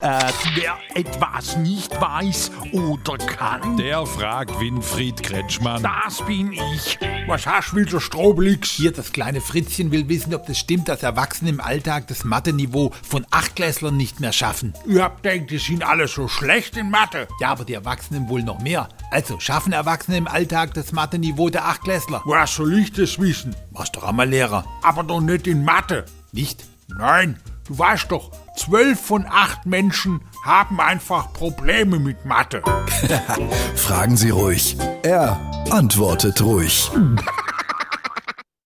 Äh, wer etwas nicht weiß oder kann, Der fragt Winfried Kretschmann. das bin ich. Was hast du wieder, Stroblix? Hier, das kleine Fritzchen will wissen, ob das stimmt, dass Erwachsene im Alltag das Mathe-Niveau von Achtklässlern nicht mehr schaffen. Ihr habt denkt, die sind alle so schlecht in Mathe. Ja, aber die Erwachsenen wohl noch mehr. Also, schaffen Erwachsene im Alltag das Mathe-Niveau der Achtklässler? Woher soll ich das wissen? Warst doch einmal Lehrer. Aber doch nicht in Mathe. Nicht? Nein, du weißt doch, zwölf von acht Menschen haben einfach Probleme mit Mathe. Fragen Sie ruhig. Er antwortet ruhig.